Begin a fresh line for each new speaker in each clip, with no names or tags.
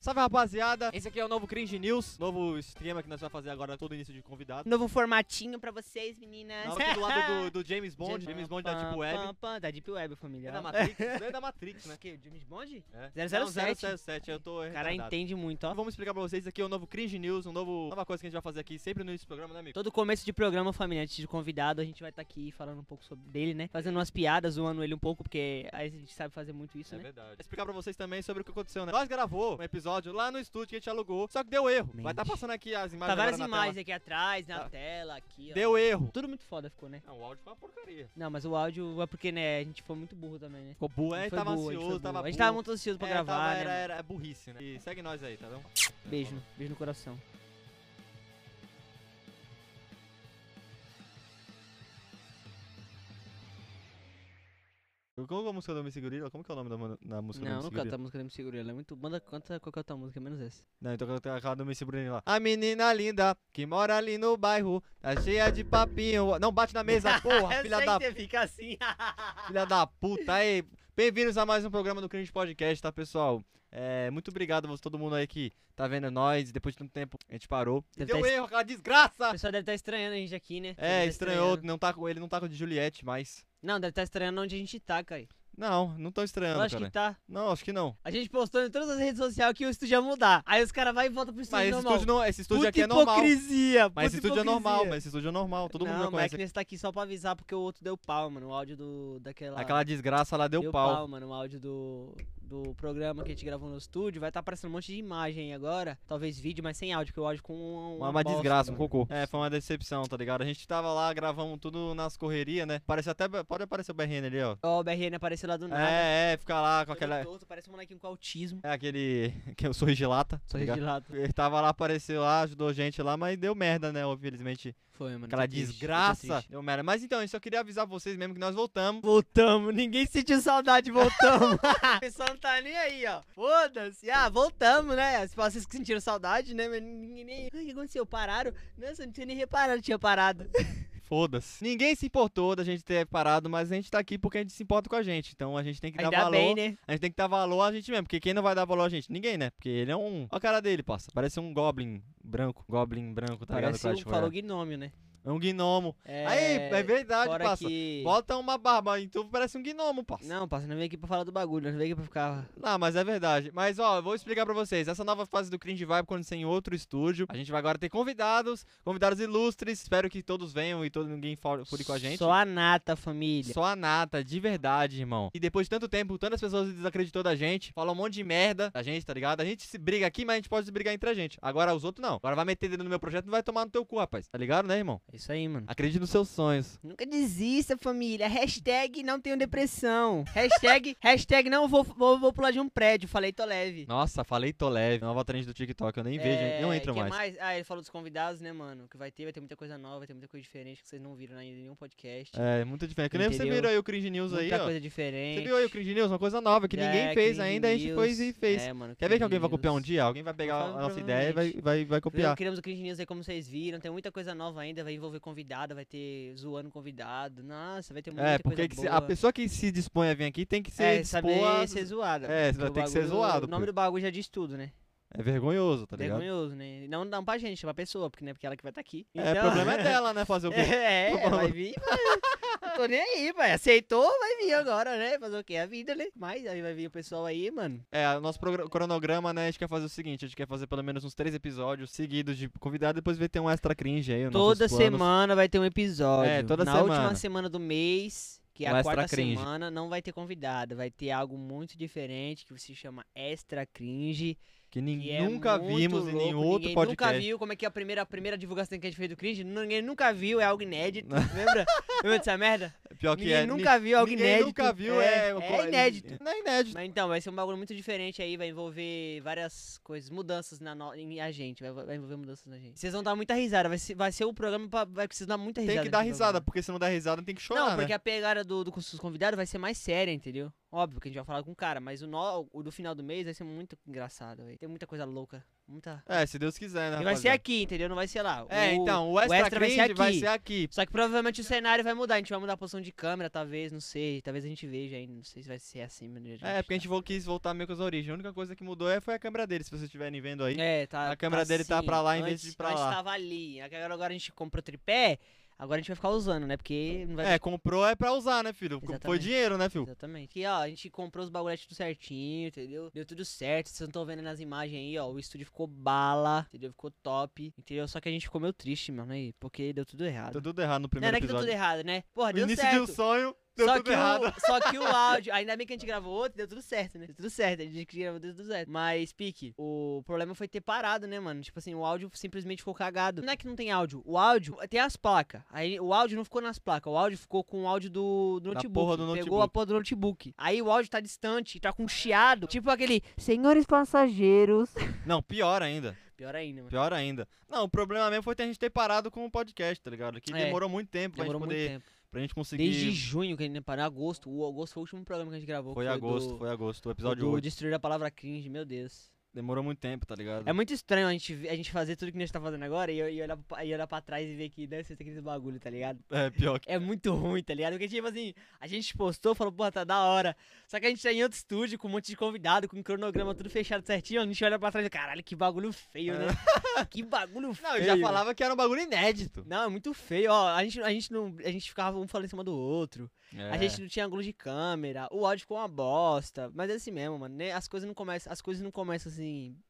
Salve rapaziada, esse aqui é o novo Cringe News, novo esquema que nós vamos fazer agora todo início de convidado.
Novo formatinho pra vocês, meninas.
Não, aqui do lado do, do James Bond, James Bond tá da Deep Web.
Pam, pam, da Deep Web, família.
É da Matrix, é da Matrix, né?
O quê? James Bond?
É.
007.
Não, 007, eu tô
O cara é
retardado.
entende muito,
Então
ó.
vamos explicar pra vocês aqui o novo Cringe News, um novo, nova coisa que a gente vai fazer aqui sempre no início do programa, né amigo?
Todo começo de programa, família, antes de convidado, a gente vai estar aqui falando um pouco sobre dele, né? Fazendo umas piadas, zoando ele um pouco, porque a gente sabe fazer muito isso,
É
né?
verdade. Explicar pra vocês também sobre o que aconteceu, né? Nós gravou um episódio lá no estúdio que a gente alugou, só que deu erro. Vai estar
Mente.
passando aqui as imagens
Tá várias
agora na
imagens aqui atrás, na
Tá.
tela, aqui, ó.
tela. Deu erro.
Tudo muito foda ficou, né?
Não, o áudio foi uma porcaria.
Não, mas o áudio é porque, né, a gente foi muito burro também, né?
Ficou burro, a
Não
gente
foi
tava
boa, a gente
ansioso,
foi
tava
boa. A gente
burro.
tava muito ansioso pra
É,
gravar,
tava-
né?
era,
mano?
era burrice, né? E segue nós aí, tá bom?
Beijo, beijo no coração.
Como que é a música do Missy Gorilla? Como que é o nome da, mano- da música
não,
do
não
Missy
canta
Gorilla?
a música da MC Gorilla. É muito. Manda, canta qualquer outra música, menos essa.
Não, então canta aquela do Missy Gorilla lá. A menina linda que mora ali no bairro tá cheia de papinho. Não, bate na mesa, porra, filha da
É você fica assim.
Filha da puta, aí. Bem-vindos a mais um programa do Cringe Podcast, tá, pessoal? É, muito obrigado a você- todo mundo aí que tá vendo nós. Depois de tanto tempo, a gente parou.
Deve
Deu
tá es-
erro, aquela
O
desgraça!
pessoal deve estar estranhando a gente aqui, né? Deve
É,
tá
estranhou,
estranhando.
não tá com ele, não tá com o de Juliette mais.
Não, deve estar estranhando onde a gente tá, cara.
Não, não tão
Eu
estranhando,
acho
cara.
que tá.
Não, acho que não.
A gente postou em todas as redes sociais que o estúdio ia mudar. Aí os caras vai e volta pro estúdio
Mas esse
normal.
estúdio, não, esse estúdio
Puta
aqui é normal.
hipocrisia,
Mas esse
puta
estúdio é normal,
hipocrisia.
mas esse estúdio é normal, todo mundo
não,
já conhece.
o Magnus tá aqui só pra avisar porque o outro deu pau, mano. O áudio do, daquela...
Aquela desgraça lá deu, pau.
mano. O áudio do, do programa que a gente gravou no estúdio. Vai estar aparecendo um monte de imagem aí agora. Talvez vídeo, mas sem áudio, porque o áudio com uma,
Uma, uma
bosta,
desgraça, um
mano.
cocô. É, foi uma decepção, tá ligado? A gente tava lá, gravamos tudo nas correrias, né? Parece até. Pode aparecer o BRN ali, ó.
Ó, o BRN apareceu lá do nada.
É, é, fica lá com
Todo
aquela.
torto, parece um molequinho com autismo.
É aquele. que eu sou de lata. tá
Sorriso
ligado?
de lado.
Ele tava lá, apareceu lá, ajudou gente lá, mas deu merda, né? Infelizmente.
Foi, mano.
Aquela
tô triste, tô
desgraça.
triste.
Deu merda. Mas então, eu só queria avisar vocês mesmo que nós voltamos.
Voltamos, ninguém sentiu saudade, voltamos. o pessoal não tá nem aí, ó. Foda-se. Ah, voltamos, né? Se Vocês que sentiram saudade, né? Mas ninguém nem. Ai, O que aconteceu? Pararam? Nossa, eu não tinha nem reparado, que tinha parado.
Foda-se. Ninguém se importou da gente ter parado, mas a gente tá aqui porque a gente se importa com a gente. Então a gente tem que dar
Ainda
valor.
bem, né?
A gente tem que dar valor a gente mesmo. Porque quem não vai dar valor a gente? Ninguém, né? Porque ele é um. Olha a cara dele, passa. Parece um goblin branco. Goblin branco, tá
Parece
ligado?
um,
Clash
falou
Royale.
gnômio, né?
É um gnomo.
É,
Aí, é verdade,
fora
passa.
que-
Bota uma barba em tu, parece um gnomo, passa.
Não, passa, não veio aqui pra falar do bagulho, não veio aqui pra ficar.
Não, mas é verdade. Mas ó, eu vou explicar pra vocês. Essa nova fase do Cringe vai acontecer em outro estúdio. A gente vai agora ter convidados, convidados ilustres. Espero que todos venham e todo ninguém fale- fure com a gente.
Só a nata, família.
Só a nata, de verdade, irmão. E depois de tanto tempo, tantas pessoas desacreditou da gente, falam um monte de merda da gente, tá ligado? A gente se briga aqui, mas a gente pode se brigar entre a gente. Agora os outros não. Agora vai meter dedo no meu projeto e vai tomar no teu cu, rapaz. Tá ligado, né, irmão?
É Isso aí, mano.
Acredite nos seus sonhos.
Nunca desista, família. Hashtag não tenho depressão. Hashtag, hashtag não vou, vou, vou pular de um prédio. Falei, tô leve.
Nossa, falei tô leve. Nova trend do TikTok, eu nem vejo, hein? não
É,
entro
que
mais.
Ah, ele falou dos convidados, né, mano? Que vai ter, vai ter muita coisa nova, vai ter muita coisa diferente que vocês não viram ainda em nenhum podcast.
É, muito diferente. Que nem você
Entendeu?
viram aí o Cringe News aí,
muita
ó.
coisa
Você
diferente.
viu aí o Cringe News? Uma coisa nova que ninguém
É,
fez
Cringe
ainda, a gente
News.
foi e fez.
É, mano,
Quer ver que alguém vai
Cringe
copiar um
News.
dia? alguém vai pegar
Não,
a nossa ideia e vai, vai, vai
Não,
copiar.
Criamos o Cringe News aí, como vocês viram. Tem muita coisa nova ainda. Vai envolver convidado, vai ter zoando convidado. Nossa, vai ter muita
É,
coisa
porque que se- a
boa.
pessoa que se dispõe a vir aqui tem que ser
é,
dispor
saber
a-
ser zoada.
É, vai
porque
ter
o
que ser
bagulho-
zoado,
O nome
pô.
do bagulho já diz tudo, né?
É vergonhoso, tá ligado?
Vergonhoso, né? Não, não pra gente, pra pessoa, porque, né, porque ela que vai estar aqui.
É, o problema é dela, né? Fazer o quê?
É, é, vai vir, vai. Não tô nem aí, pai. Aceitou, vai vir agora, né? Fazer o quê? A vida, né? Mas aí vai vir o pessoal aí, mano.
É, o nosso progra- cronograma, né? A gente quer fazer o seguinte: a gente quer fazer pelo menos uns três episódios seguidos de convidado, depois vai ter um extra cringe aí. os nossos
Toda
planos.
semana vai ter um episódio.
É, toda
Na
semana.
última semana do mês, que é
Um
a
extra
quarta
cringe.
semana, não vai ter convidado. Vai ter algo muito diferente que se chama Extra Cringe.
Que, nin-
que é
nunca
muito
vimos em
louco,
nenhum outro
ninguém
podcast.
Nunca viu como é que é a primeira, a primeira divulgação que a gente fez do Cringe. Ninguém nunca viu, é algo inédito. lembra? Lembra dessa merda?
Pior que
Ninguém
é.
nunca viu algo
ninguém
inédito.
nunca viu, é.
É inédito.
Não é inédito.
Mas então, vai ser um bagulho muito diferente aí, vai envolver várias coisas, mudanças na no- em a gente, vai, vai envolver mudanças na gente. Vocês vão dar muita risada, vai ser, vai ser o programa pra, vai precisar dar muita é risada.
Tem que dar
nesse
risada,
programa.
porque se não der risada, tem que chorar.
Não, porque
né?
a pegada do, do, dos convidados vai ser mais séria, entendeu? Óbvio que a gente vai falar com o cara, mas o, no, o do final do mês vai ser muito engraçado, velho. Tem muita coisa louca. Muita.
É, se Deus quiser, né?
E vai ser
rapaziada?
aqui, entendeu? Não vai ser lá.
É, então, o extra,
extra vai ser
cringe vai
aqui.
ser aqui.
Só que provavelmente o cenário vai mudar. A gente vai mudar a posição de câmera, talvez, não sei. Talvez a gente veja ainda. Não sei se vai ser assim, mano.
É, porque a gente vo- quis voltar meio com as origens. A única coisa que mudou é, foi a câmera dele, se vocês estiverem vendo aí.
É, tá.
A câmera dele tá
assim.
pra lá em vez
Antes-
de pra
antes
lá.
tava ali. Agora, agora a gente comprou tripé. Agora a gente vai ficar usando, né? Porque não vai
É, comprou é pra usar, né, filho? Foi
Exatamente.
dinheiro, né, filho?
Exatamente. E ó, a gente comprou os bagulhetes tudo certinho, entendeu? Deu tudo certo. Vocês não estão vendo nas imagens aí, ó. O estúdio ficou bala, entendeu? Ficou top, entendeu? Só que a gente ficou meio triste, mano, aí. Porque deu tudo errado.
Deu tudo errado no
não,
primeiro
não é que deu tudo
episódio.
errado, né? Porra,
O
deu
início
certo.
de um sonho, deu
só,
tudo
que
errado.
O, só que o áudio, ainda bem que a gente gravou outro, deu tudo certo, né? Deu tudo certo, a gente gravou deu tudo certo. Mas, Pique, o problema foi ter parado, né, mano? Tipo assim, o áudio simplesmente ficou cagado. Não é que não tem áudio, o áudio tem as placas. Aí o áudio não ficou nas placas, o áudio ficou com o áudio do, do
Da
notebook.
porra do
Pegou a
notebook.
porra do notebook. Aí o áudio tá distante, tá com chiado. Tipo aquele, senhores passageiros.
Não, pior ainda.
Pior ainda, mano.
Pior ainda. Não, o problema mesmo foi ter a gente ter parado com o podcast, tá ligado? Que
É.
demorou muito tempo
Demorou
pra
muito
gente poder.
tempo.
Pra gente conseguir.
Desde junho que a gente parou, agosto. O agosto foi o último programa que a gente gravou.
Foi
que
agosto,
do-
foi agosto. O episódio
do
8.
Destruir a palavra cringe, meu Deus.
Demorou muito tempo, tá ligado?
É muito estranho a gente, a gente fazer tudo que a gente tá fazendo agora e, eu- e olhar, pra- e olhar pra trás e ver que deve ser aqueles bagulho, tá ligado?
É, pior que.
É muito ruim, tá ligado? Porque, tipo assim, a gente postou, falou, porra, tá da hora. Só que a gente tá em outro estúdio, com um monte de convidado, com um cronograma tudo fechado certinho, a gente olha pra trás e caralho, que bagulho feio, né? que bagulho feio.
É. Não, eu já falava que era um bagulho inédito.
Não, é muito feio, ó. A gente, a gente não. A gente ficava um falando em cima do outro. A
É.
gente não tinha ângulo de câmera, o áudio ficou uma bosta. Mas é assim mesmo, mano. né? As coisas não começam, as coisas não começam assim,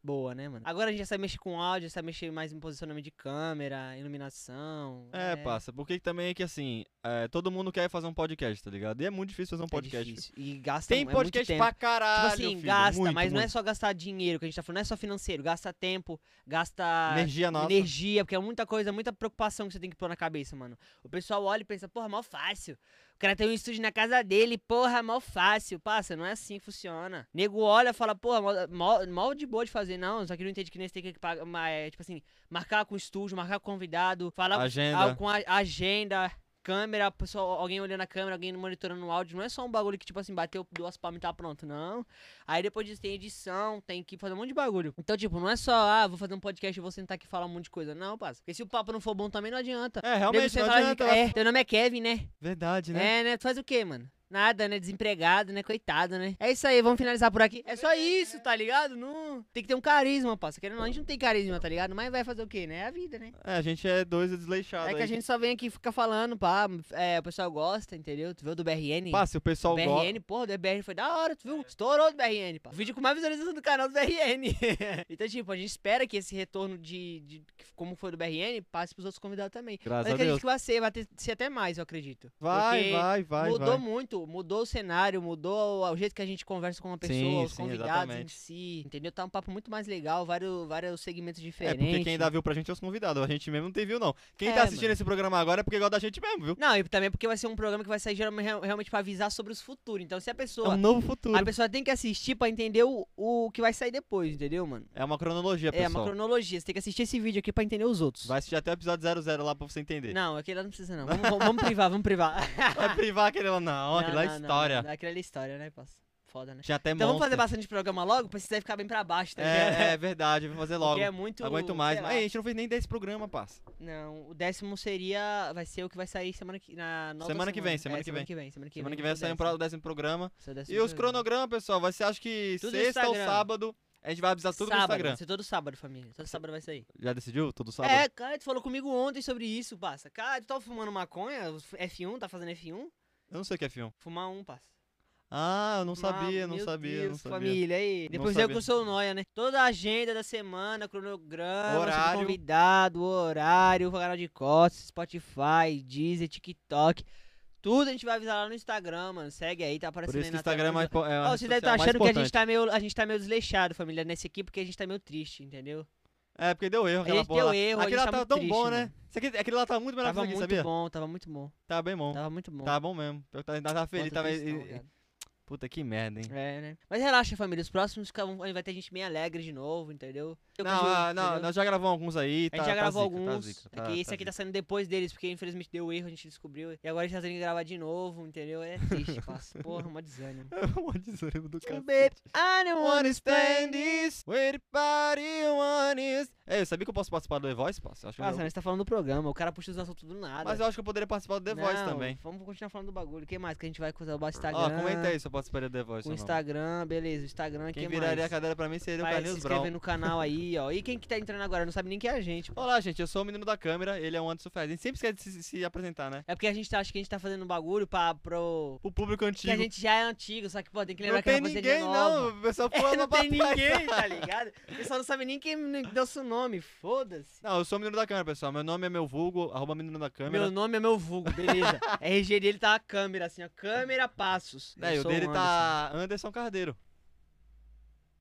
boa, né, mano? Agora a gente já sabe mexer com áudio, já sabe mexer mais em posicionamento de câmera, iluminação. né?
É, passa. Porque também é que assim, é, todo mundo quer fazer um podcast, tá ligado? E é muito difícil fazer um
é
podcast.
difícil. e gasta
Tem
mu- é muito
podcast
tempo.
pra caralho.
Tipo assim,
filho,
gasta,
muito,
mas não é
muito.
só gastar dinheiro que a gente tá falando, não é só financeiro, gasta tempo, gasta
Energia nossa.
energia, porque é muita coisa, muita preocupação que você tem que pôr na cabeça, mano. O pessoal olha e pensa, porra, mal fácil. O cara tem um estúdio na casa dele, porra, mal fácil. Passa, não é assim que funciona. Nego olha e fala, porra, mó- mó mó de boa de fazer, não. Só que não entende que nem você tem que pagar, ma- é, tipo assim, marcar com o estúdio, marcar com o convidado, falar com
Agenda.
ah, com a agenda, câmera, pessoal, alguém olhando a câmera, alguém monitorando o áudio. Não é só um bagulho que, tipo assim, bateu duas palmas e tá pronto, não. Aí depois disso tem edição, tem que fazer um monte de bagulho. Então, tipo, não é só, ah, vou fazer um podcast e vou sentar aqui e falar um monte de coisa. Não, parça. Porque se o papo não for bom também, não adianta.
É,
Nego,
realmente
você
não
fala,
adianta.
É, teu nome é Kevin, né?
Verdade, né?
É, né? Tu faz o quê, mano? Nada, né? Desempregado, né? Coitado, né? É isso aí, vamos finalizar por aqui. É só isso, tá ligado? Não... Tem que ter um carisma, parça. Querendo ou não, a gente não tem carisma, tá ligado? Mas vai fazer o quê, né? É a vida, né?
É, a gente é dois desleixados.
É que a
aí.
gente só vem aqui e fica falando, pá. É, o pessoal gosta, entendeu? Tu viu do BRN?
Pá, se o pessoal gosta.
BRN, porra, do BRN foi da hora, tu viu? Estourou do BRN, pá. O vídeo com mais visualização do canal do BRN. então, tipo, a gente espera que esse retorno de, de- como foi do BRN passe pros outros convidados também. Mas
Graças
eu
a
acredito
Deus.
que vai ser, vai ter, ser até mais, eu acredito.
Vai,
Porque
vai, vai,
mudou
vai.
muito, mudou o cenário, mudou o jeito que a gente conversa com uma pessoa,
Sim,
os
sim,
convidados em
exatamente.
si, entendeu? Tá um papo muito mais legal, vários, vários segmentos
É,
diferentes.
porque quem dá view pra gente é os convidados. A gente mesmo não tem view, não. Quem
É,
tá assistindo
mano.
esse programa agora é porque gosta da gente mesmo, viu?
Não, e também porque vai ser um programa que vai sair geralmente, real- realmente pra avisar sobre os futuros. Então, se a
É um
pessoa.
novo futuro.
A pessoa tem que assistir pra entender o, o que vai sair depois, entendeu, mano?
É uma cronologia,
É, uma
pessoal.
cronologia. Você tem que assistir esse vídeo aqui pra entender os outros.
Vai assistir até o episódio 00 lá pra você entender.
Não, aquele lá não precisa, não. Vamos, vamos- vamos privar, vamos privar.
Vai É privar aquele lá. Não, aquele lá é
Não, não, não,
história.
não, Aquele lá é história, né, parça? Foda, né?
Tinha até
Então vamos fazer
monstro.
bastante programa logo pra vocês ficar bem pra baixo, tá ligado?
É, é verdade, vou fazer logo.
Porque é muito.
Aguento mais.
sei
Mas
lá.
a gente não fez nem 10 programas, passa.
Não, o décimo seria. Vai ser o que vai sair semana que. Na nova
Semana que vem,
É,
semana que
semana
vem.
que vem. Semana que vem.
Semana que vem sai um pro- décimo programa. E os
cronogramas.
cronogramas, pessoal, vai ser acho que
Tudo no
sexta ou
Instagram.
sábado. A gente vai avisar Tá tudo
sábado,
no Instagram. Tá
Vai ser todo sábado, família. Todo sábado vai sair.
Já decidiu? Todo sábado?
É, cara, tu falou comigo ontem sobre isso, passa. Cara, tu tava fumando maconha? O f- F1, tá fazendo F1?
Eu não sei o que é filme.
Fumar um, passa.
Ah, eu não
Fumar
sabia,
um,
não
meu
sabia,
Deus,
não sabia.
família, aí. Depois eu
sabia.
que eu sou o Noia, né? Toda a agenda da semana, cronograma,
Horário.
convidado, horário, canal de cortes, Spotify, Deezer, TikTok. Tudo a gente vai avisar lá no Instagram, mano. Segue aí, tá aparecendo
Por isso
aí
que o
na tela
Instagram é
dos-
mais. po- É a
Ó,
rede
vocês devem
social
estar
mais
achando que a gente
importante.
tá meio, a gente tá meio desleixado, família, nesse aqui, porque a gente tá meio triste, entendeu?
É, porque deu erro
A
aquela
gente
porra
deu
lá.
erro, a
Aquele lá
gente tá
tava
muito
tão
triste,
bom,
mano.
né? Isso aqui- Aquele lá tava muito melhor que
Tava
isso aqui,
muito
sabia?
bom, tava muito bom.
Tá bem bom.
Tava muito bom.
Tá bom mesmo. Eu tava- tava feliz,
Bota
tava.
tristão, viado.
Puta que merda, hein?
É, né? Mas relaxa, família. Os próximos ca- vão- vai ter gente bem alegre de novo, entendeu? Eu
Não,
juro,
ah, não,
entendeu?
nós já gravamos alguns aí.
A
Tá,
gente já
tá
gravou
zica,
alguns.
Tá zica,
é que esse aqui tá saindo depois deles, porque infelizmente deu erro, a gente descobriu. E agora a gente tá tendo que gravar de novo, entendeu? É triste, passa. Porra, mó desânimo.
tá. Mó desânimo do cara.
Babe, I don't wanna
Understand
stand
this, wait party one is. É, eu sabia que eu posso participar do The Voice, posso? Eu Acho que eu-
Nossa, nós tá falando do programa, o cara puxa os assuntos do nada.
Mas eu acho que eu poderia participar do The Voice
Não,
também.
Vamos continuar falando do bagulho. O que mais? Que a gente vai usar o Instagram.
Ó, comenta aí se eu participaria do The Voice.
O
ou não.
Instagram, beleza. O Instagram,
Quem
que
viraria a
mais?
cadeira pra mim seria o
Vai se
Carlinhos Brown.
inscrever no canal aí, ó. E quem que tá entrando agora? Não sabe nem que é a gente. pô.
Olá, gente, eu sou o menino da câmera, ele é o Anderson Ferraz. A gente sempre esquece de se, se apresentar, né?
É porque a gente tá, acho que a gente tá fazendo um bagulho pra, pro...
O público
Que
antigo.
a gente já é antigo, só que, pô, tem que lembrar
não
que a
tem
rapaziada é
ninguém,
nova.
não. O pessoal
É,
pulando
não
pra
tem
trás.
ninguém, tá ligado? O pessoal não sabe nem quem me deu seu nome, foda-se.
Não, eu sou o menino da câmera, pessoal. Meu nome é meu vulgo, arroba menino da câmera.
Meu nome é meu vulgo, beleza. RG dele tá a câmera, assim, ó. Câmera passos.
É, e o
sou um
dele
Anderson.
tá Anderson Cardeiro.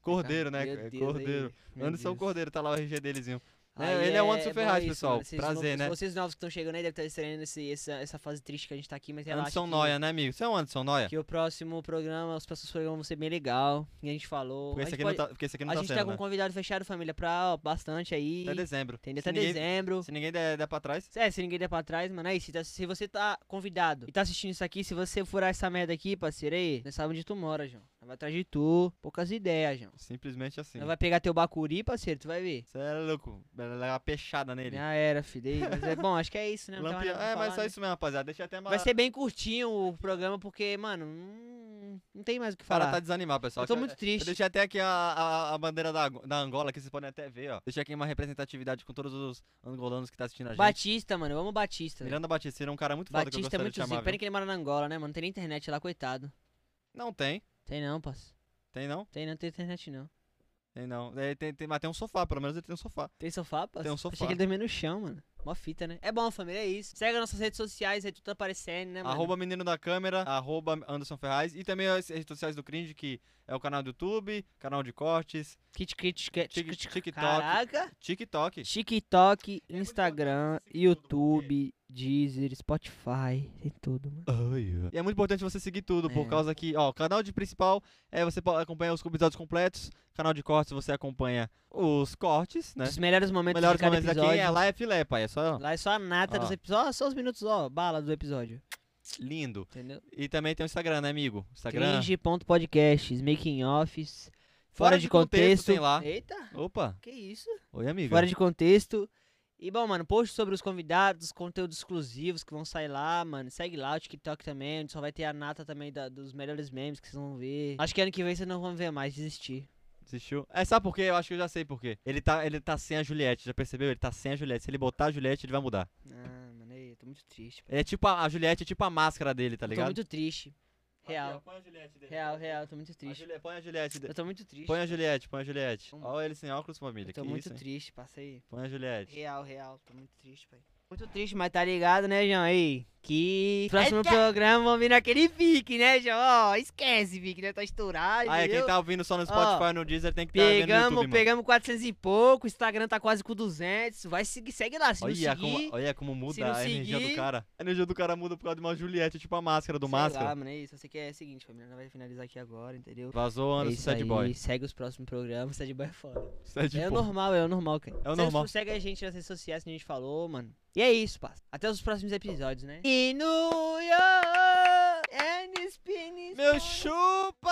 Cordeiro, né?
Meu
É
Deus,
Cordeiro.
aí, meu
Anderson
Deus.
Cordeiro, tá lá o RG delezinho. É,
Aí
ele é o Anderson
bom
Ferraz,
isso,
pessoal.
mano. Vocês
Prazer,
novos,
né?
Vocês novos que estão chegando aí devem estar estranhando esse- essa, essa fase triste que a gente tá aqui, mas relaxa.
Anderson
que-
Noia, né, amigo? Você é o Anderson Noia?
Que o próximo programa, os próximos programas vão ser bem legal. E a gente falou.
Porque
a
esse
gente,
aqui
pode-
não tá, porque esse aqui não
a
tá
gente tá
sendo,
com um
né?
convidado fechado, família, pra ó, bastante aí.
Até dezembro.
Entendeu?
Se
Até
ninguém-
dezembro.
Se ninguém der, der pra trás,
É, se ninguém der pra trás, mano, aí, se, tá- se você tá convidado e tá assistindo isso aqui, se você furar essa merda aqui, parceiro, aí, nós sabemos onde tu mora, João. Nós vai atrás de tu, poucas ideias, João.
simplesmente assim.
Nós vai pegar teu bacuri, parceiro, tu vai ver.
Você é louco. Ela dá uma pechada nele.
Já era, filho. Mas é bom, acho que é isso, né? Não tem mais
Lampião.
nada pra
É, mas
falar,
só
né?
isso mesmo, rapaziada. Deixa até
Vai ser bem curtinho o programa, porque, mano, hum, não tem mais o que falar.
tá desanimado, pessoal.
Eu tô
que-
muito
Eu
triste.
deixei até aqui a, a, a bandeira da, Ang- da Angola, que vocês podem até ver, ó. Deixei aqui uma representatividade com todos os angolanos que tá assistindo a gente.
Batista, mano, vamos Batista. velho.
Miranda Batista, ele é um cara muito foda que
Batista
eu
é
gostaria
muito
de chamar.
zico. Pena
viu?
que ele mora na Angola, né, mano? Não tem nem internet lá, coitado.
Não tem.
Tem não, parceiro.
Tem não?
Tem não, tem internet não.
Tem não. É, tem, tem, mas tem um sofá, pelo menos ele tem um sofá.
Tem sofá, parça?
Tem um
Achei
sofá.
que ele dormia no chão, mano. Mó fita, né? É bom, família, é isso. Segue as nossas redes sociais, aí tudo tá aparecendo, né, mano?
Arroba menino da câmera, arroba Anderson Ferraz e também as redes sociais do Cringe, que é o canal do YouTube, canal de cortes,
Kit, kit, kit,
Tic-
kit-
TikTok.
Caraca.
TikTok.
TikTok, Instagram, YouTube, Deezer, Spotify, tem tudo, mano.
E é muito importante você seguir tudo, por
É.
causa que, ó, o canal de principal é você po- acompanha os episódios completos, canal de cortes você acompanha os cortes, né?
Os melhores momentos
Melhores
de cada
momentos
episódio.
aqui é lá é filé, pai, é só
Lá é só a nata
Ó.
dos episódios, só os minutos, ó, bala do episódio,
lindo.
entendeu?
E também tem o Instagram, né, amigo? Instagram.
Cringe.podcasts, making offs, fora, de, contexto. é.
tem lá.
Eita,
Opa,
que isso?
oi amigo.
Fora de contexto. E bom, mano, post sobre os convidados, conteúdos exclusivos que vão sair lá, mano. Segue lá o TikTok também, onde só vai ter a nata também da- dos melhores memes que vocês vão ver. Acho que ano que vem vocês não vão ver mais, desistir.
Assistiu? É, sabe por quê? Eu acho que eu já sei por quê. Ele tá, ele tá sem a Juliette, já percebeu? Ele tá sem a Juliette. Se ele botar a Juliette, ele vai mudar.
Ah, mano, eu tô muito triste.
Ele é tipo a, a Juliette é tipo a máscara dele, tá
Eu tô
ligado?
muito triste. Real,
põe a Juliette dele.
real, real, tô muito
A
triste.
Juliette- põe a Juliette dele.
Eu tô muito triste.
Põe a Juliette, põe a Juliette.
Vamos.
Olha ele sem óculos, família.
Eu tô
que
muito
isso, hein?
triste, passei.
Põe a Juliette.
Real, real, tô muito triste, pai. Muito triste, mas tá ligado, né, João? Aí, que próximo programa vão vir naquele Vic, né, João? Ó, esquece, Vic, né? Tá estourado,
Ah, é,
entendeu?
quem tá ouvindo só no Spotify, no Deezer, tem que tá vendo no
Pegamos,
YouTube, mano.
pegamos 400 e pouco, o Instagram tá quase com 200. Vai seguir, segue lá, se
Olha
não seguir,
como, olha como muda
não
a energia do
seguir-
cara. A energia do cara muda por causa de uma Juliette, tipo a máscara do
sei
Máscara.
lá, mano, é isso. Eu sei que é o seguinte, família, não vai finalizar aqui agora, entendeu?
Vazou
É
Anderson
isso
Sad
aí,
tá Boy.
segue os próximos programas, Sad Boy é foda.
Sad
é o
Boy.
normal, é o normal, cara.
tá É o
Segue-
normal.
Segue a gente nas redes sociais que a gente falou, mano. E é isso, passa. Até os próximos episódios, né? E no...
Meu chupa!